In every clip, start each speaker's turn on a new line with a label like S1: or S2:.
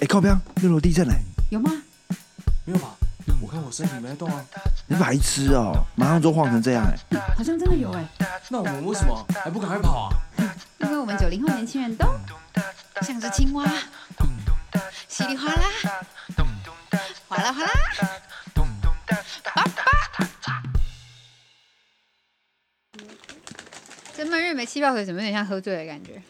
S1: 哎、靠边，六楼地震嘞、
S2: 有吗？
S3: 没有吧？我看我身体没在动啊。
S1: 你白痴哦、马上就晃成这样哎、
S2: 好像真的有哎，
S3: 那我们为什么还不赶快跑啊？
S2: 因为我们九零后年轻人都像只青蛙，稀里哗啦，哗啦哗啦。这闷热没气泡水怎么有点像喝醉的感觉？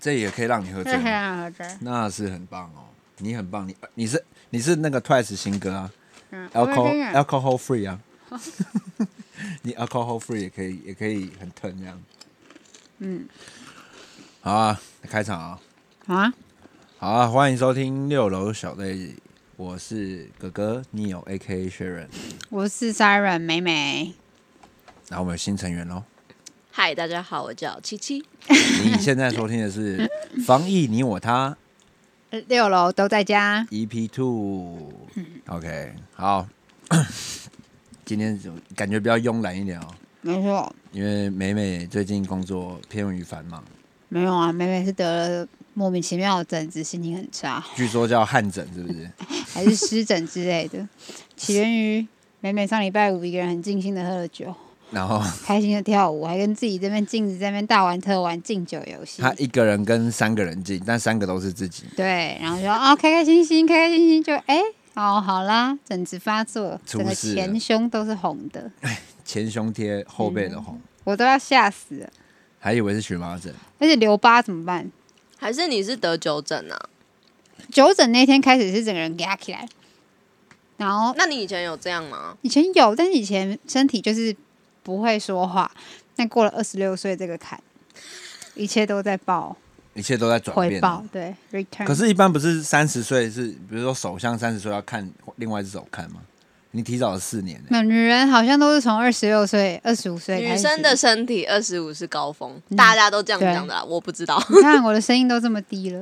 S3: 这也可以让你喝
S2: 这很想喝醉。
S3: 那是很棒哦，你很棒，你你是你是那个 Twice 新歌啊
S2: 嗯，我们这
S3: ，alcohol
S2: 个
S3: alcohol free 啊， 你 alcohol free 也可以也可以很疼这样。
S2: 嗯，
S3: 好啊，开场啊，
S2: 好啊，
S3: 好啊，欢迎收听六楼小队，我是哥哥，你有 A K Sharon，
S2: 我是 Siren 美美。
S3: 然后我们有新成员喽。
S4: 嗨，大家好，我叫七七。
S3: 你现在收听的是《防疫你我他》。
S2: 呃六楼都在家，
S3: EP E Two。OK，好， 今天就感觉比较慵懒一点哦，
S2: 没错，
S3: 因为美美最近工作偏于繁忙，
S2: 没有啊，美美是得了莫名其妙的疹子，心情很 差，
S3: 据说叫汗疹，是不 是？
S2: 还是湿疹之类的，起源于美美上礼拜五一个人很尽兴的喝了酒，
S3: 然后
S2: 开心的跳舞，还跟自己这边镜子在那边大玩特玩敬酒游戏。
S3: 她一个人跟三个人进，但三个都是自己，
S2: 对，然后就哦，开开心心，开开心心就哎、哦，好啦，疹子发作，
S3: 出
S2: 整个
S3: 事
S2: 前
S3: 了
S2: 胸都是红的，
S3: 前胸贴后背的红，
S2: 我都要吓死了。
S3: 还以为是荨麻疹，
S2: 而且留疤怎么办？
S4: 还是你是得酒疹啊？
S2: 九疹那天开始是整个人压起来，然后
S4: 那你以前有这样吗？
S2: 以前有，但是以前身体就是不会说话。但过了二十六岁这个坎，一切都在报
S3: 一切都在转
S2: 回
S3: 变。
S2: 报，对 return。
S3: 可是，一般不是三十岁是，比如说首相三十岁要看另外一只手看吗？你提早了四年、欸，
S2: 那女人好像都是从二十六岁、二十五岁开
S4: 女
S2: 始
S4: 生的身体二十五是高峰，大家都这样讲的啦，我不知道。
S2: 你看我的声音都这么低了，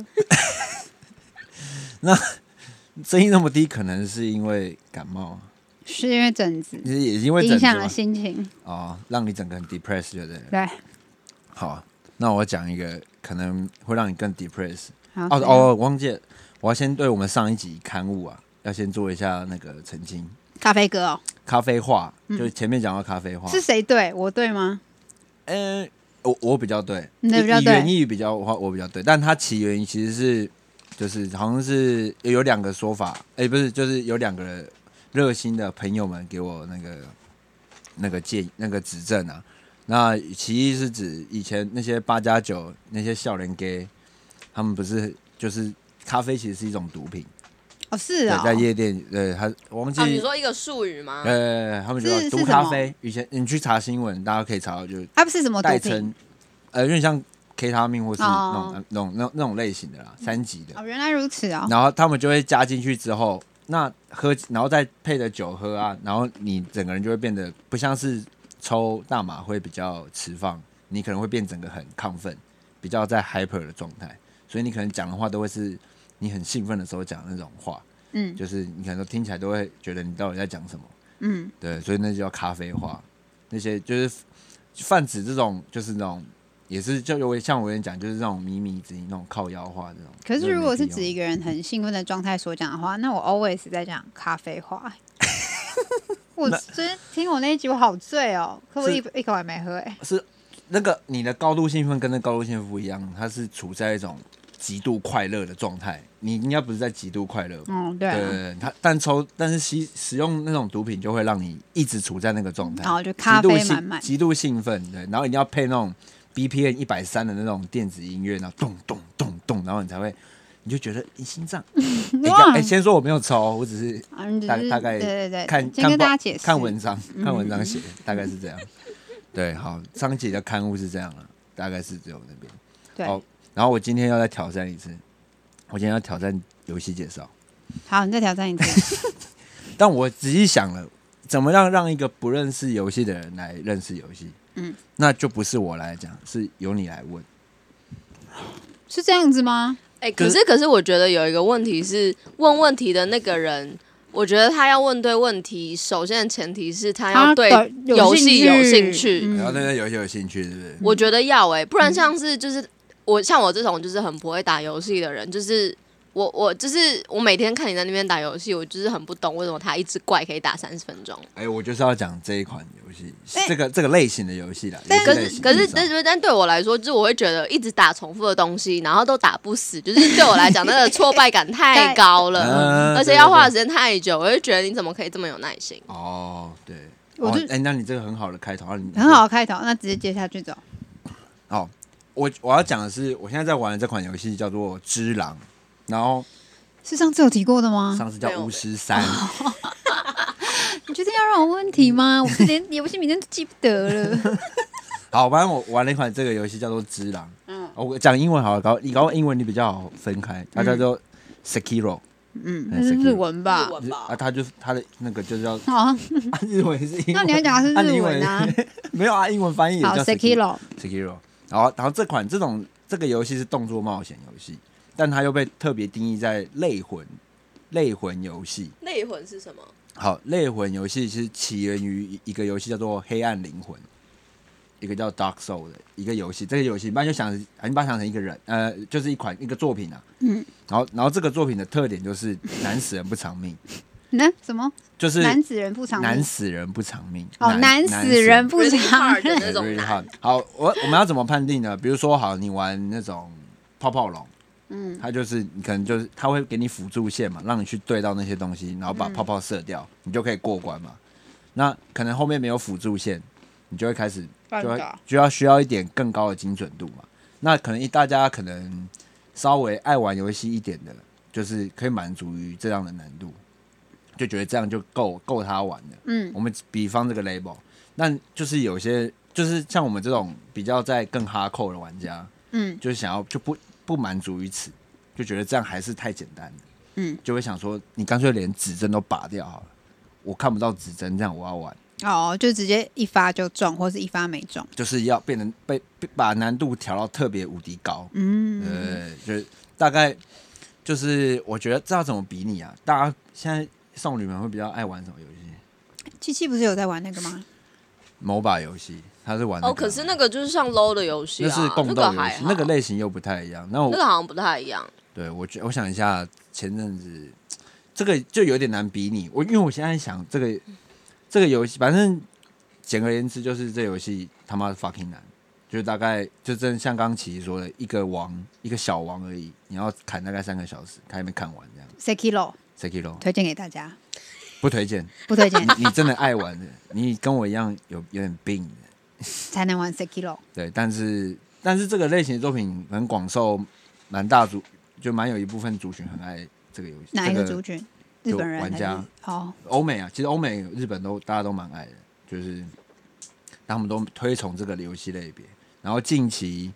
S3: 声音那么低，可能是因为感冒啊，
S2: 是因为疹子
S3: 也也因为
S2: 影
S3: 疹子
S2: 响
S3: 吗
S2: 了？心情。
S3: 哦，让你整个很 depressed 就对了。
S2: 对，
S3: 好，那我讲一个可能会让你更 depressed。
S2: 好
S3: 哦哦，，我忘记了，我要先对我们上一集刊物啊，要先做一下那个澄清。
S2: 咖啡哥哦，
S3: 咖啡话，就是前面讲到咖啡话，
S2: 是谁对我对吗？
S3: 呃，我我比较对，
S2: 你的比较
S3: 以以
S2: 对
S3: 原意比较我我比较对，但它起源于其实是就是好像是有两个说法，哎、不是，就是有两个热心的朋友们给我那个那个建那个指正啊。那其一是指以前那些八加九那些笑人 gay，他们不是就是咖啡其实是一种毒品，
S2: 哦，是
S3: 对
S2: 哦，
S3: 在夜店，对，他我忘记、
S4: 哦， 你哎说一个术语吗？
S3: 呃，他们
S2: 是
S3: 叫
S2: 是
S3: 毒
S2: 什
S3: 咖
S2: 么
S3: 啡。以前你去查新闻，大家可以查到，就是
S2: 他啊不是什么毒
S3: 代
S2: 品
S3: 称，呃，有点像 K 他命或是那种、呃
S2: 哦
S3: 那种那种那种类型的啦，三级的。
S2: 哦，原来如此哦，
S3: 然后他们就会加进去之后，那喝，然后再配着酒喝啊，然后你整个人就会变得不像是抽大麻会比较迟放，你可能会变整个很亢奋，比较在 hyper 的状态，所以你可能讲的话都会是你很兴奋的时候讲的那种话，
S2: 嗯
S3: 就是你可能都听起来都会觉得你到底在讲什么。
S2: 嗯，
S3: 对，所以那就叫咖啡化。那些就是泛指这种，就是那种也是就有像我跟你讲，就是那种迷迷之音那种靠腰话这种。
S2: 可是如果是指一
S3: 个，
S2: 个人很兴奋的状态所讲的话，啊那我 always 在讲咖 啡话。我昨天听我那一集，我好醉哦，可我一一口还没喝哎。
S3: 是那个你的高度兴奋跟那高度兴奋不一样，它是处在一种极度快乐的状态。你应该不是在极度快乐吧？
S2: 嗯，对
S3: 对对，
S2: 啊，
S3: 对它但抽但是吸使用那种毒品就会让你一直处在那个状态，
S2: 然后哦就
S3: 极
S2: 咖
S3: 度
S2: 啡
S3: 兴
S2: 满满
S3: 极度兴奋，对，然后一定要配那种 BPM 一百三的那种电子音乐，然后咚咚咚咚，然后你才会，你就觉得你心 脏，哎、
S2: 哇
S3: 哎先说我没有抽，我只是
S2: 啊你只
S3: 大
S2: 是
S3: 大概
S2: 对对对，
S3: 看
S2: 先跟
S3: 看报
S2: 大家解释，
S3: 看文章，看文章写，大概是这样。对，好，上一集的刊物是这样了，大概是只有那边。
S2: 对，
S3: 好然后我今天要再挑战一次，我今天要挑战游戏介绍。
S2: 好，你再挑战一次，
S3: 但我仔细想了，怎么样让一个不认识游戏的人来认识游戏？
S2: 嗯，
S3: 那就不是我来讲，是由你来问。
S2: 是这样子 吗？
S4: 哎、可是可是我觉得有一个问题是，问问题的那个人，我觉得他要问对问题，首先的前提是他要对
S2: 的
S4: 游戏有兴
S2: 兴
S4: 趣
S2: 嗯
S3: 然后对对游戏有兴趣，对不对？
S4: 欸
S3: 嗯
S4: 我觉得要哎、不然像是就是我像我这种就是很不会打游戏的人，就是我我就是我每天看你在那边打游戏，我就是很不懂为什么他一只怪可以打三十分钟。
S3: 哎，我就是要讲这一款游戏，
S2: 哎
S3: 这个这个类型的游戏啦。
S2: 但
S3: 游戏
S4: 可
S3: 类
S4: 是
S3: 型
S4: 可是
S3: 至少
S4: 但是但对我来说，就是我会觉得一直打重复的东西，然后都打不死，就是对我来讲那个挫败感 太高了，
S3: 嗯
S4: 而且要花的
S3: 对
S4: 时间太久，我就觉得你怎么可以这么有耐心？
S3: 哦，对，
S2: 我
S3: 哦
S2: 就
S3: 哎，那你这个很好的开头，然后啊你
S2: 很好的开头，那直接接下去走。
S3: 哦，我我要讲的是，我现在在玩的这款游戏叫做《只狼》，然后
S2: 是上次有提过的吗？
S3: 上次叫
S4: 没有
S3: 《巫师三》，
S2: 你确定要让我问题
S3: 嗯
S2: 吗？我是连 游戏名称都记不得了。
S3: 好，反正我玩了一款这个游戏叫做《只狼》。嗯，我讲英文好了，搞你搞英文你比较好分开，它叫做 Sekiro、
S2: 嗯，
S3: 哎
S2: 那是
S3: 谁记
S2: 日
S3: 得
S2: 文嗯吧？
S3: 啊，它就它的那个就叫、 啊、
S2: 好啊，
S3: 日文是英文，
S2: 那你要讲的是日文啊
S3: 啊英文 没有啊，英文翻译也
S2: 好
S3: 叫 Sekiro。
S2: ，Sekiro，
S3: Sekiro，然后然后这款这种这个游戏是动作冒险游戏，但它又被特别定义在类魂类魂游戏。
S4: 内魂是什么？
S3: 好，类魂游戏是起源于一个游戏叫做《黑暗灵魂》，一个叫 Dark Soul 的一个游戏。这个游戏你把它就想，你把它想成一个人，呃，就是一款一个作品啊。
S2: 嗯。
S3: 然后，然后这个作品的特点就是男死人不偿命，
S2: 那什么？
S3: 就是
S2: 男子人不长
S3: 男
S2: 命。
S3: 死人不偿命。
S2: 哦，男死人不长
S4: Really hard 的
S2: 命。
S4: 那种
S3: Really
S4: 男
S3: hard 好，我我们要怎么判定呢？比如说，好，你玩那种泡泡龙，
S2: 嗯，
S3: 它就是你可能就是它会给你辅助线嘛，让你去对到那些东西，然后把泡泡射掉，你就可以过关嘛。那可能后面没有辅助线，你就会开始
S2: 乱
S3: 就会
S2: 搞
S3: 就要需要一点更高的精准度嘛。那可能一大家可能稍微爱玩游戏一点的，就是可以满足于这样的难度，就觉得这样就够够他玩了。
S2: 嗯，
S3: 我们比方这个 label，那就是有些就是像我们这种比较在更哈扣的玩家，
S2: 嗯，
S3: 就是想要就不不满足于此，就觉得这样还是太简单了，
S2: 嗯，
S3: 就会想说你干脆连指针都拔掉好了，我看不到指针，这样我要玩，
S2: 哦，就直接一发就中，或是一发没中。
S3: 就是要变成被被把难度调到特别无敌高，
S2: 嗯，
S3: 呃，就是大概就是我觉得这要怎么比拟啊？大家现在少女们会比较爱玩什么游戏
S2: 七七不是有在玩那个吗？
S3: ？MOBA 游戏，他是玩、那
S4: 哦，
S3: 个
S4: 可是那个就是像 low 的游戏
S3: 那
S4: 啊，
S3: 是共斗
S4: 个
S3: 游
S4: 还
S3: 戏，
S4: 好
S3: 那个类型又不太一样。那我、
S4: 那个好像不太一样。
S3: 对我觉我想一下，前阵子这个就有点难比拟。我因为我现在想这个这个游戏，反正简而言之就是这游戏他妈 fucking 难，就大概就真的像刚刚琪琪说的，一个王一个小王而已，你要砍大概三个小时，看有没有砍完这样。
S2: Sekiro
S3: s e k i r o
S2: 推荐给大家，
S3: 不推荐，
S2: 不 推荐
S3: 你真的爱玩的，你跟我一样有有点病的。
S2: 才能玩 Sekiro。
S3: 对，但是但是这个类型的作品很广受蛮大族，就蛮有一部分族群很爱这个游戏。
S2: 哪
S3: 这
S2: 一个
S3: 个
S2: 族群？
S3: 就
S2: 日本人
S3: 玩
S2: 还是
S3: 家？
S2: 哦，
S3: 欧美啊，其实欧美、日本都大家都蛮爱的，就是他们都推崇这个游戏类别。然后近期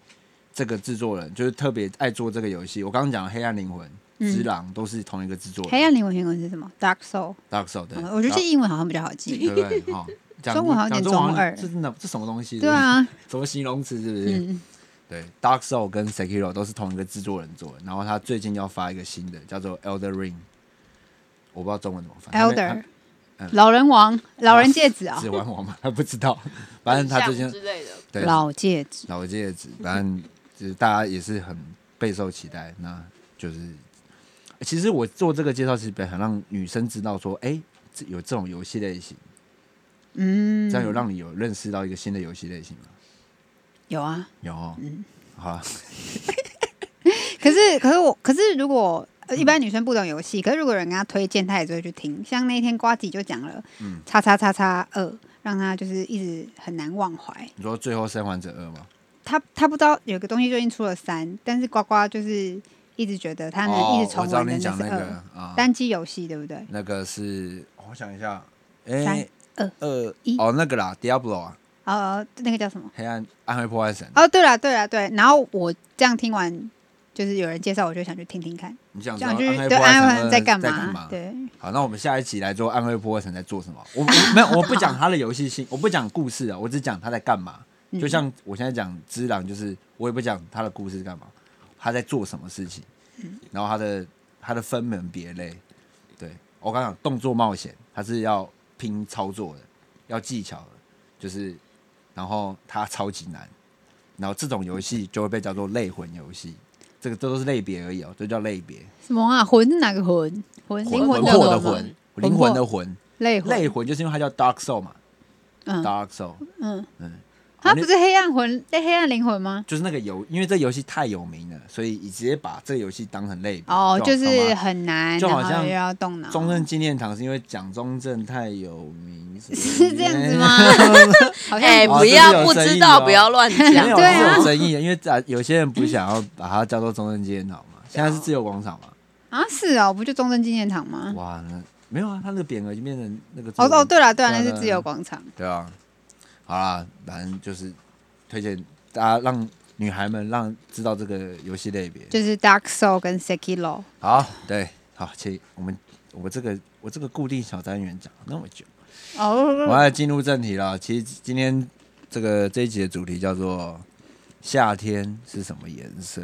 S3: 这个制作人就是特别爱做这个游戏，我刚刚讲的《黑暗灵魂》
S2: 嗯
S3: 《只狼》都是同一个制作
S2: 黑
S3: 人。
S2: 暗灵魂原文是什么？Dark Soul。
S3: Dark Soul 对，啊
S2: 嗯我觉得这英文好像比较好记。
S3: 对不对？ 哈，讲
S2: 中文好像
S3: 讲
S2: 有点
S3: 中文好像
S2: 中二
S3: 这真的这什么东西？
S2: 对，啊，
S3: 什么形容词是不是？
S2: 嗯，
S3: 对，Dark Soul 跟 Sekiro 都是同一个制作人做的，然后他最近要发一个新的叫做 Elder Ring，我不知道中文怎么翻。他没他
S2: Elder，
S3: 嗯
S2: 老人王，老人戒指啊
S3: 指，环王吗？ 他不知道，反正他最
S4: 像
S3: 近
S4: 之类的，
S3: 对
S2: 老戒指，
S3: 老戒指，反正就是大家也是很备受期待。那就是，其实我做这个介绍其实很让女生知道说，哎、这有这种游戏类型，
S2: 嗯
S3: 这，样有让你有认识到一个新的游戏类型吗？
S2: 有啊。
S3: 有哦，好啊，
S2: 可是，可是我，可是如果呃一般女生不懂游戏，可是如果有人跟她推荐，她也是会去听。像那天瓜子就讲了，叉叉叉叉二，让她就是一直很难忘怀。
S3: 你说最后生还者二吗？
S2: 她她不知道有个东西最近出了三，但是呱呱就是一直觉得她能一
S3: 哦我
S2: 直重
S3: 知道
S2: 玩的
S3: 你讲
S2: 是
S3: 那个
S2: 二
S3: 啊，
S2: 单机游戏，对不对？
S3: 那个是，我想一下，哎、
S2: 三二
S3: 二
S2: 一
S3: 哦，那个啦，Diablo 啊，
S2: 呃，那个叫什么？
S3: 黑暗暗黑破坏神。
S2: 哦，对了，对了，对。然后我这样听完，就是有人介绍，我就想去听听看，
S3: 你想
S2: 这
S3: 知道暗
S2: 样就是
S3: 黑
S2: 对
S3: 破
S2: 安
S3: 坏
S2: 安
S3: 神
S2: 在
S3: 干
S2: 干嘛？对，
S3: 好，那我们下一期来做暗黑破坏神在做什么？我我没 有，我不讲他的游戏性，我不讲故事啊，我只讲他在干嘛。
S2: 嗯
S3: 就像我现在讲之狼，就是我也不讲他的故事是干嘛，他在做什么事情，
S2: 嗯
S3: 然后他的他的分门别类。对我刚讲动作冒险，他是要拼操作的，要技巧的，就是然后它超级难，然后这种游戏就会被叫做类魂游戏。这个这都是类别而已哦，这叫类别。
S2: 什么啊？魂是哪个魂？魂灵魂
S3: 魂
S2: 的
S3: 魄的
S2: 吗
S3: 魂，灵魂的魂，
S2: 类魂
S3: 类魂就是因为它叫 dark soul 嘛
S2: 嗯
S3: ，dark soul
S2: 嗯
S3: 嗯
S2: 嗯，它
S3: 你
S2: 不是黑暗魂，那黑暗灵魂吗？
S3: 就是那个游，因为这游戏太有名了，所以直接把这个游戏当成类别。
S2: 哦，
S3: 好
S2: 就是
S3: 好
S2: 很难，
S3: 就好
S2: 然后
S3: 像
S2: 又要动脑
S3: 吗。中正纪念堂是因为蒋中正太有名， 是
S2: 是这样子吗？
S3: 哎
S2: 好像
S4: 哎，
S3: 哦
S4: 不
S3: 这是
S4: 要
S3: 有
S4: 不
S3: 争
S4: 知
S3: 议
S4: 道，
S3: 哦
S4: 不要乱
S3: 没
S4: 讲
S3: 有，。
S2: 对啊
S3: 是有争议的，因为啊，有些人不想要把它叫做中正纪念堂 嘛，现在是自由广场嘛。
S2: 啊，是哦，不就中正纪念堂吗？
S3: 哇，那没有啊，它那个匾额就变成那个自
S2: 哦
S3: 由
S2: 哦，对了对
S3: 对
S2: 了，
S3: 啊
S2: 那
S3: 对
S2: 是
S3: 啊
S2: 自由广场。
S3: 对啊，好啦，反正就是推荐大家让女孩们让知道这个游戏类别。
S2: 就是 Dark Soul 跟 Sekiro，
S3: 好，对，好，请我们我这个我这个固定小单元讲了那么久，我
S2: 哦，
S3: 要进入正题了。其实今天这个这一集的主题叫做夏天是什么颜色？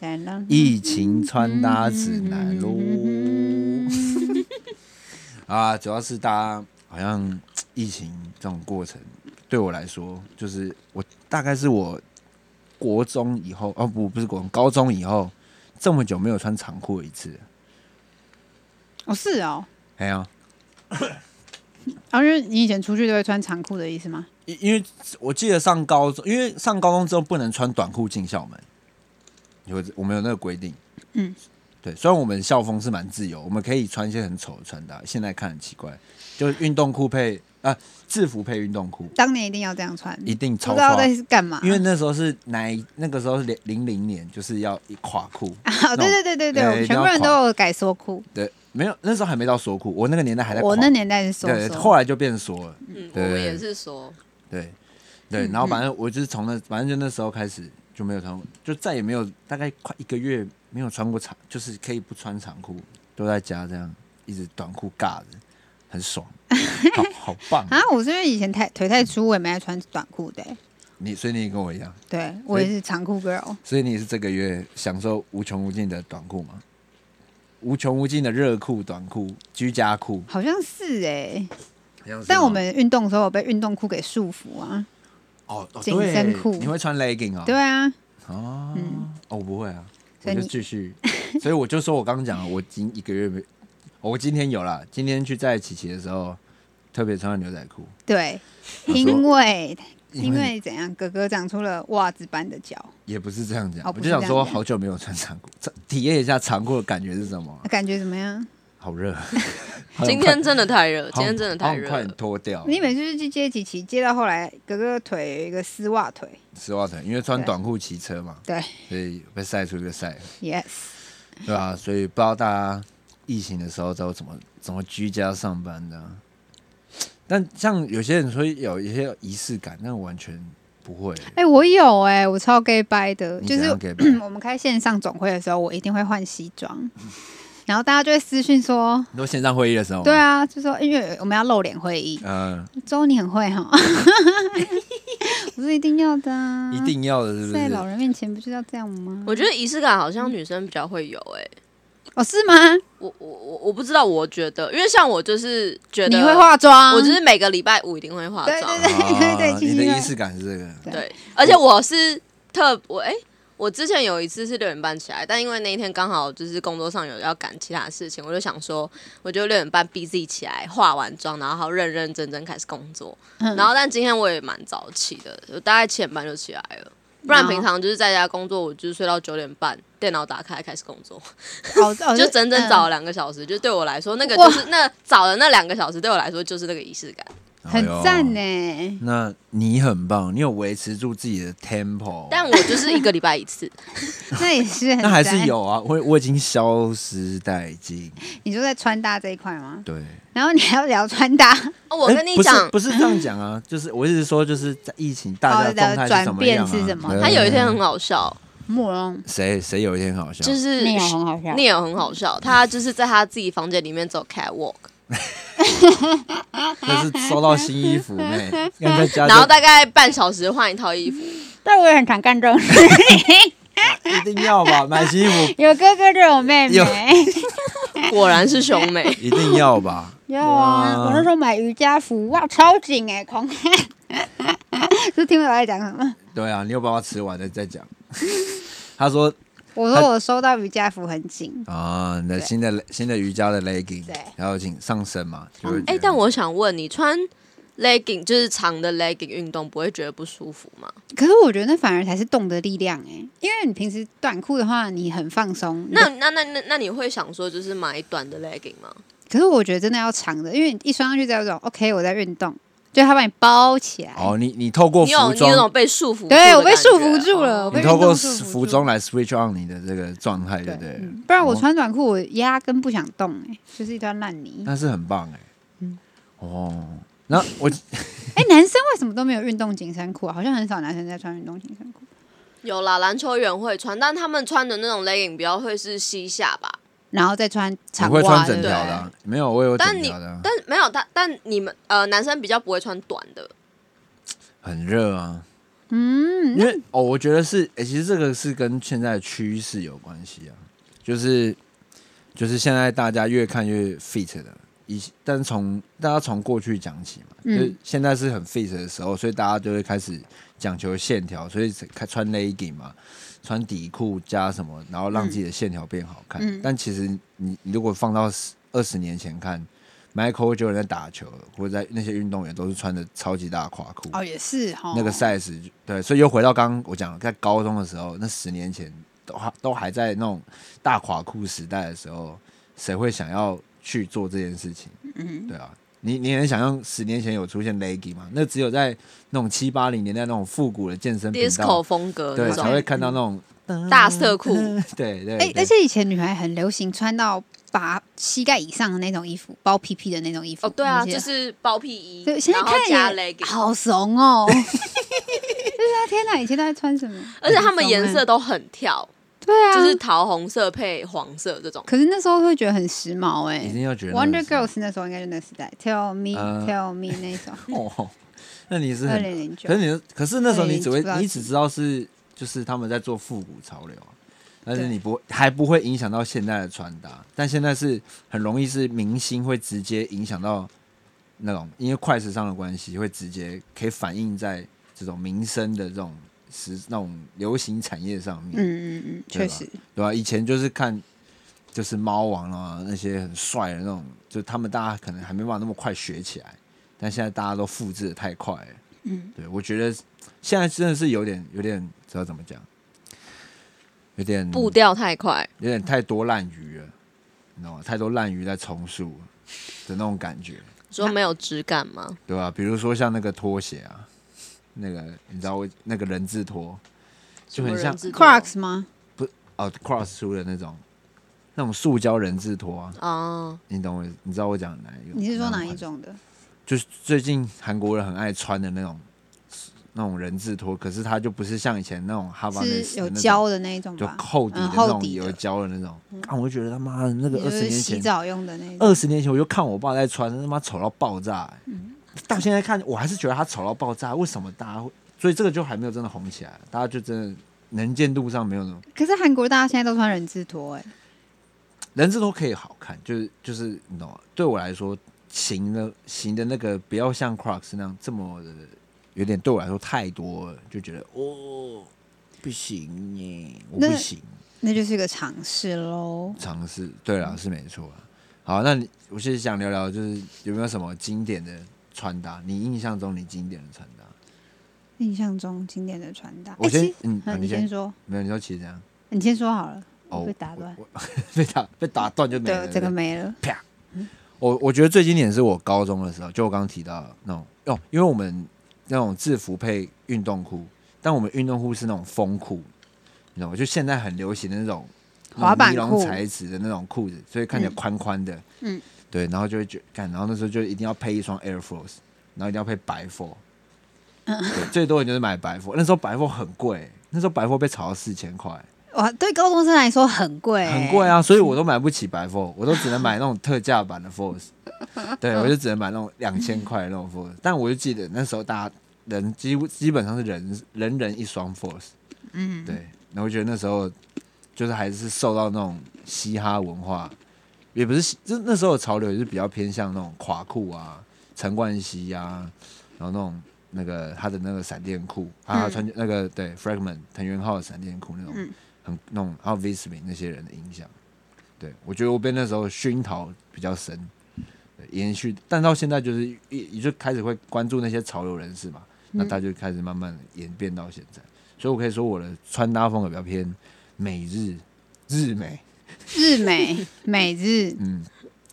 S2: 对了，
S3: 疫情穿搭指南喽。啊，主要是大家好像疫情这种过程，对我来说，就是我大概是我国中以后，哦不不是国中，高中以后这么久没有穿长裤一次，
S2: 哦是哦，
S3: 哎呀、
S2: 啊，因为你以前出去都会穿长裤的意思吗？
S3: 因因为我记得上高中，因为上高中之后不能穿短裤进校门，有我们有那个规定。
S2: 嗯，
S3: 对，虽然我们校风是蛮自由，我们可以穿一些很丑的穿搭，现在看很奇怪，就是运动裤配啊、制服配运动裤，
S2: 当年一定要这样穿，
S3: 一定
S2: 不
S3: 超
S2: 知道
S3: 垮。
S2: 在干嘛，
S3: 因为那时候是哪一那个时候是零零零年，就是要一垮裤，
S2: 啊， 对对对对对，
S3: 对
S2: 我们
S3: 哎一定
S2: 全
S3: 要
S2: 部人
S3: 垮
S2: 都有改缩裤，
S3: 对，没有那时候还没到锁裤，我那个年代哎还在垮，
S2: 我那年代是缩
S3: 对，
S2: 缩，
S3: 后来就变缩了，
S4: 嗯，我
S3: 对
S4: 们也是说，
S3: 对
S2: 嗯
S3: 对，然后反正我就是从那，反正就那时候开始就没有穿，就再也没有大概快一个月没有穿过长，就是可以不穿长裤，都在家这样一直短裤尬着，很 爽，好好棒
S2: 啊，我是因为以前太腿太粗，我也没爱穿短裤的欸、
S3: 你所以你也跟我一样，
S2: 对我
S3: 哎
S2: 也是长裤 girl。
S3: 所以你也是这个月享受无穷无尽的短裤吗？无穷无尽的热裤、短裤、居家裤，
S2: 好像是哎、
S3: 好像是
S2: 但
S3: 吗
S2: 我们运动的时候有被运动裤给束缚啊。
S3: 哦，哦
S2: 紧身
S3: 对
S2: 裤
S3: 你会穿 legging 啊？
S2: 对啊，
S3: 哦，哦，我不会啊，
S2: 嗯
S3: 我
S2: 所以
S3: 就
S2: 你
S3: 继续，所以我就说我刚刚讲了，我已经一个月没，哦我今天有啦，今天去在琪琪的时候，特别穿了牛仔裤，
S2: 对，
S3: 说
S2: 因为
S3: 因
S2: 因
S3: 为
S2: 为怎样，哥哥长出了袜子般的脚，
S3: 也不是这样讲，
S2: 哦
S3: 我
S2: 不
S3: 就是想
S2: 这样
S3: 说
S2: 讲
S3: 好久没有穿长裤，这体验一下长裤的感觉是什么啊？
S2: 感觉怎么样？
S3: 好热，
S4: 今天真的太热，
S3: 好
S4: 今天真的太
S3: 好好
S4: 热
S3: 快
S4: 了。
S3: 脱掉，
S2: 你每次去接几期，接到后来，哥哥腿有一个丝袜腿。
S3: 丝袜腿，因为穿
S2: 对
S3: 短裤骑车嘛，
S2: 对
S3: 所以被晒出一个晒，
S2: ，yes，
S3: 对吧、所以不知道大家疫情的时候都怎么怎么居家上班的啊、但像有些人说有一些仪式感，但我完全不会。
S2: 哎、我有哎、我超 gay 掰的，
S3: 你
S2: 就
S3: 怎
S2: 是
S3: 样给吧你
S2: 嗯我们开线上总会的时候，我一定会换西装，然后大家就会私讯说，
S3: 说线上会议的时候吗，
S2: 对啊，就说因为我们要露脸会议，
S3: 嗯、
S2: 周你很会哈， 不是一定要的、啊，
S3: 一定要的，是不
S2: 在老
S3: 是？
S2: 人面前不就要这样吗？
S4: 我觉得仪式感好像女生比较会有，哎，
S2: 哦，是吗？
S4: 我我我我不知道，我觉得，因为像我就是觉
S2: 你
S4: 得
S2: 会化妆，
S4: 我就是每个礼拜五一定会化
S2: 对
S4: 妆
S2: 对，对对 对，
S3: 啊
S2: 其
S3: 你
S2: 实
S3: 的
S2: 因为
S3: 仪式感是这个，
S2: 对
S4: 对，而且我是特我哎、我之前有一次是六点半起来，但因为那一天刚好就是工作上有要赶其他事情，我就想说，我就六点半逼自己起来，化完妆，然后好认认真真开始工作。
S2: 嗯
S4: 然后但今天我也蛮早起的，我大概七点半就起来了。不然
S2: 然后
S4: 平常就是在家工作，我就是睡到九点半，电脑打开开始工作，
S2: 哦哦
S4: 就整整
S2: 嗯
S4: 找了两个小时。就对我来说，那个
S2: 哇
S4: 就是那早的那两个小时，对我来说就是那个仪式感。
S2: 很赞呢、
S3: 哎呦那你很棒，你有维持住自己的 tempo，
S4: 但我就是一个礼拜一次，
S2: 那也是很
S3: 那还是
S2: 赞。
S3: 有啊，我我已经消失殆尽。
S2: 你说在穿搭这一块吗？
S3: 对，
S2: 然后你还要聊穿搭，
S4: 哦我
S3: 哎
S4: 跟你
S3: 不是
S4: 讲，
S3: 不是这样讲 啊，就是我一直说，就是在疫情大家的
S2: 哦
S3: 状态是
S2: 转
S3: 怎么
S2: 变
S3: 样啊
S2: 是什么
S3: 对
S4: 他有一天很好笑，
S2: 慕容
S3: 谁谁有一天很好笑，
S4: 就是
S2: 内容很好笑。
S4: Neil 很好笑，他就是在他自己房间里面走 catwalk，
S3: 就是收到新衣服 妹，要在家就
S4: 然后大概半小时换一套衣服，
S2: 但我也很常干这种事，
S3: 啊一定要 吧，买新衣服
S2: 有哥哥就有妹
S3: 有。
S2: 妹。
S4: 果然是兄妹
S3: 一定要吧，
S2: 有啊，
S3: 哇
S2: 我那时候买瑜伽服，哇，超紧哎、狂看。 是听不懂在讲什么？
S3: 对啊，你有把它吃完了再讲。他说
S2: 我说我收到瑜伽服很紧，
S3: 啊，你的
S2: 对
S3: 新的新的瑜伽的 legging，
S2: 对
S3: 然后请上身嘛，就会觉得
S4: 哎、但我想问你，穿 legging 就是长的 legging 运动，不会觉得不舒服吗？
S2: 可是我觉得那反而才是动的力量哎、因为你平时短裤的话，你很放松。你
S4: 那
S2: 的
S4: 那那那那你会想说，就是买短的 legging 吗？
S2: 可是我觉得真的要长的，因为你一穿上去才有种 OK 我在运动，就它把你包起来。
S3: 哦，你你透过
S4: 你有
S3: 服
S4: 你有种
S3: 装，
S4: 被束缚住的感
S2: 对
S4: 觉，
S2: 我被束缚住了，我
S4: 哦
S2: 被
S3: 你
S2: 运
S3: 透过
S2: 动束缚
S3: 服
S2: 住
S3: 装来 switch on 你的这个状态，对
S2: 对
S3: 不对？
S2: 嗯不然我
S3: 哦
S2: 穿短裤我压根不想动哎、就是一团烂泥。
S3: 那是很棒哎。哦，那我
S2: 哎、男生为什么都没有运动紧身裤啊？好像很少男生在穿运动紧身裤。
S4: 有啦，篮球员会穿，但他们穿的那种 legging 比较会是膝下吧。
S2: 然后再穿
S3: 你
S2: 长
S3: 会穿
S2: 袜，对
S3: 整
S2: 不
S3: 条
S2: 对？
S3: 的啊？没有，我有
S4: 但
S3: 整
S4: 你
S3: 条的啊，
S4: 但没有他，但你们呃男生比较不会穿短的，
S3: 很热啊。
S2: 嗯，
S3: 因为哦，我觉得是，诶，其实这个是跟现在的趋势有关系啊，就是就是现在大家越看越 fit 的，以但从大家从过去讲起嘛，
S2: 嗯
S3: 就是现在是很 fit 的时候，所以大家就会开始讲求线条，所以开穿 legging 嘛，穿底裤加什么，然后让自己的线条变好看。
S2: 嗯
S3: 但其实你你如果放到十二十年前看。Michael Jordan 在打球，或者在那些运动员都是穿的超级大垮裤，
S2: 哦，也是哈，
S3: 那个 size 就对，所以又回到刚刚我讲，在高中的时候，那十年前都还都还在那种大垮裤时代的时候，谁会想要去做这件事情？
S2: 嗯，
S3: 对啊，你你能想象十年前有出现 leggy 吗？那只有在那种七八零年代那种复古的健身频
S4: disco
S3: 道，
S4: 风格
S3: 对
S4: 那
S3: 才
S4: 种
S3: 会看到那种
S4: 大色裤，
S3: 对对对，
S2: 哎、而且以前女孩很流行穿到把膝盖以上的那种衣服，包屁屁的那种衣服。
S4: 哦，对啊，
S2: 你记
S4: 就
S2: 得
S4: 是包屁衣，
S2: 对，现在
S4: 然后加
S2: 看也
S4: legging，
S2: 好怂哦。就是啊，天哪，以前都在穿什么？
S4: 而且他们
S2: 很怂
S4: 颜
S2: 欸
S4: 色都很跳，
S2: 对啊，
S4: 就是桃红色配黄色这种。
S2: 可是那时候会觉得很时髦哎、
S3: 一定要觉得那个
S2: Wonder
S3: 是
S2: Girls 那时候应该就那个时代，Tell me,、
S3: 呃
S2: Tell me 那一首，
S3: 哦，那你是
S2: 二
S3: 很，
S2: 零零九
S3: 可。是你可是那时候你只会
S2: 对你知道
S3: 你只知道是就是他们在做复古潮流啊，但是
S2: 对嗯
S3: 你不会还不会影响到现在的穿搭，但现在是很容易是明星会直接影响到那种因为快时尚的关系，会直接可以反映在这种民生的这种时那种流行产业上面，
S2: 嗯嗯嗯，确
S3: 对吧
S2: 实，
S3: 对吧、以前就是看就是猫王啊，那些很帅的那种，就他们大家可能还没办法那么快学起来，但现在大家都复制的太快了。
S2: 嗯，
S3: 对我觉得现在真的是有点有点知道怎么讲，有点
S4: 步调太快，
S3: 有点太多烂鱼了，你知道吗？太多烂鱼在重塑的那种感觉，
S4: 说没有质感吗？
S3: 对吧、比如说像那个拖鞋啊，那个你知道我那个人字拖就很像
S4: 什么人字拖
S2: Crocs 吗？
S3: 哦 cross 出的那种那种塑胶人字拖啊。
S4: 哦，
S3: 你懂我，你知道我讲哪一个？
S2: 你是说哪一
S3: 款？
S2: 种的？
S3: 就是最近韩国人很爱穿的那种那种人字拖，可是它就不是像以前那种哈巴内
S2: 是
S3: 斯
S2: 有
S3: 的那种
S2: 胶的那一种
S3: 就
S2: 吧？
S3: 厚底的
S2: 嗯
S3: 那
S2: 厚
S3: 种
S2: 底的嗯
S3: 有胶的那种。啊，我就觉得他妈的那个
S2: 就
S3: 二十
S2: 是
S3: 年
S2: 洗
S3: 前，
S2: 澡用的那种。
S3: 二十年前我就看我爸在穿，他妈丑到爆炸、欸
S2: 嗯
S3: 到现在看，我还是觉得他丑到爆炸。为什么大家会？所以这个就还没有真的红起来，大家就真的能见度上没有那种。
S2: 可是韩国大家现在都穿人字拖，哎，
S3: 人字拖可以好看，就是就是你懂吗？对我来说，型的型的那个不要像 Crocs 那样这么的，有点对我来说太多了，就觉得哦不行耶，我
S2: 那
S3: 不行
S2: 那就是个尝试喽。
S3: 尝试。对啦，是没错啦。好，那你我现在想聊聊，就是有没有什么经典的穿搭？你印象中你经典的穿搭？
S2: 印象中经典的穿搭，
S3: 我
S2: 哎，
S3: 先
S2: 其实
S3: 嗯好
S2: 嗯
S3: 你
S2: 你先
S3: 先
S2: 说，
S3: 没有，你说其实这样
S2: 你先说好了，我
S3: 哦
S2: 被打断，
S3: 我被打被打断就没
S2: 对
S3: 了，。
S2: 这
S3: 对
S2: 个没了。
S3: 我我觉得最经典是我高中的时候，就我刚刚提到的那种哦，因为我们那种制服配运动裤，但我们运动裤是那种风裤，你懂吗？就现在很流行的那种
S2: 滑板裤
S3: 那种尼龙材质的那种裤子，所以看起来宽宽的，
S2: 嗯，
S3: 对，然后就会觉干，然后那时候就一定要配一双 Air Force，然后一定要配白 f o
S2: 嗯
S3: 对，最多人就是买白 f o 那时候白 f o 很贵，那时候白 f o 被炒到四千块，
S2: 哇，对高中生来说很贵，
S3: 很贵。啊，所以我都买不起白 f o 我都只能买那种特价版的 Force，对我就只能买那种两千块的那种 Force，但我就记得那时候大家人几乎基本上是人人人一双 Force，嗯，对，然后我觉得那时候就是还是受到那种嘻哈文化，也不是嘻就那时候的潮流也是比较偏向那种垮裤啊、陈冠希啊，然后那种。啊那个他的那个闪电裤，还有他穿那个对 Fragment 藤原浩的闪电裤那种，很那种 obviously 那些人的影响。对我觉得我被那时候熏陶比较深，对延续，但到现在就是一也就开始会关注那些潮流人士嘛，那他就开始慢慢地演变到现在，所以我可以说我的穿搭风格比较偏美日日美，
S2: 日美 美日，
S3: 嗯，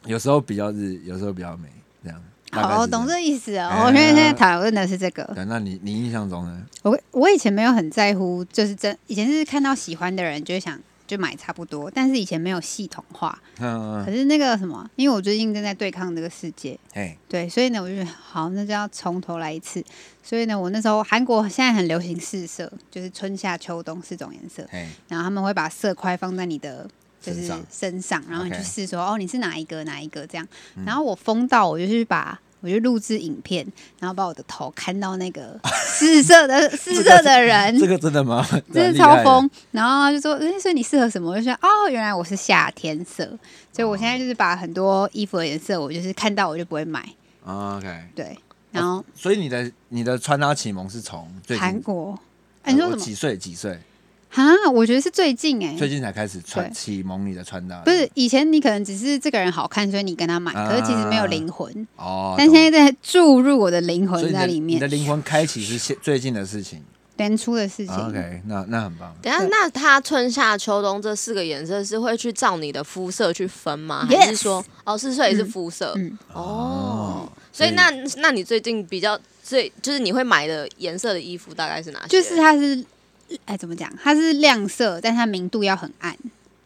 S3: 有时候比较日，有时候比较美，这样。 大概
S2: 好，
S3: 是这样
S2: 懂这意思
S3: 哎
S2: 哦。我现在现在讨论的是这个。
S3: 对，那你你印象中呢？
S2: 我我以前没有很在乎，就是真以前是看到喜欢的人就想就买差不多，但是以前没有系统化。
S3: 嗯，
S2: 可是那个什么，因为我最近正在对抗这个世界，
S3: 哎，
S2: 对，所以呢，我就觉得好，那就要从头来一次。所以呢，我那时候韩国现在很流行四色，就是春夏秋冬四种颜色，
S3: 哎，
S2: 然后他们会把色块放在你的就是
S3: 身上
S2: 身上，然后你去
S3: OK 嗯
S2: 试说哦你是哪一个哪一个这样。然后我疯到我就去把。我就录制影片，然后把我的头看到那个 四色的四色的人，
S3: 这个真的吗？
S2: 真
S3: 厉
S2: 是超
S3: 害
S2: 疯。然后他就说：“哎、所以你适合什么？”我就说：“哦，原来我是夏天色。”所以我现
S3: 哦
S2: 在就是把很多衣服的颜色，我就是看到我就不会买。
S3: 啊 OK，
S2: 对，然后
S3: 所以你的你的穿搭启蒙是从最近
S2: 韩国，哎、你说
S3: 呃
S2: 什
S3: 我
S2: 么
S3: 几岁几岁？
S2: 啊？我觉得是最近哎、
S3: 最近才开始穿
S2: 对
S3: 启蒙你的穿搭的，
S2: 不是以前你可能只是这个人好看，所以你跟他买，可是其实没有
S3: 啊
S2: 灵魂。
S3: 哦，
S2: 但
S3: 懂
S2: 现在在注入我的灵
S3: 所
S2: 魂
S3: 以你
S2: 在
S3: 的
S2: 里
S3: 你
S2: 面
S3: 的，灵魂开启是现最近的事情。
S2: 年初的事情。
S3: 啊 OK，那那很棒。
S4: 等一下，
S2: 对
S4: 那它春夏秋冬这四个颜色是会去照你的肤色去分吗？还是
S2: Yes
S4: 说，哦，是所以是肤色？
S2: 嗯
S4: 哦，
S3: 所
S4: 所
S3: 以
S4: 以那那你最近比较最就是你会买的颜色的衣服大概是哪些？
S2: 就是它是，哎，怎么讲？它是亮色，但它明度要很暗，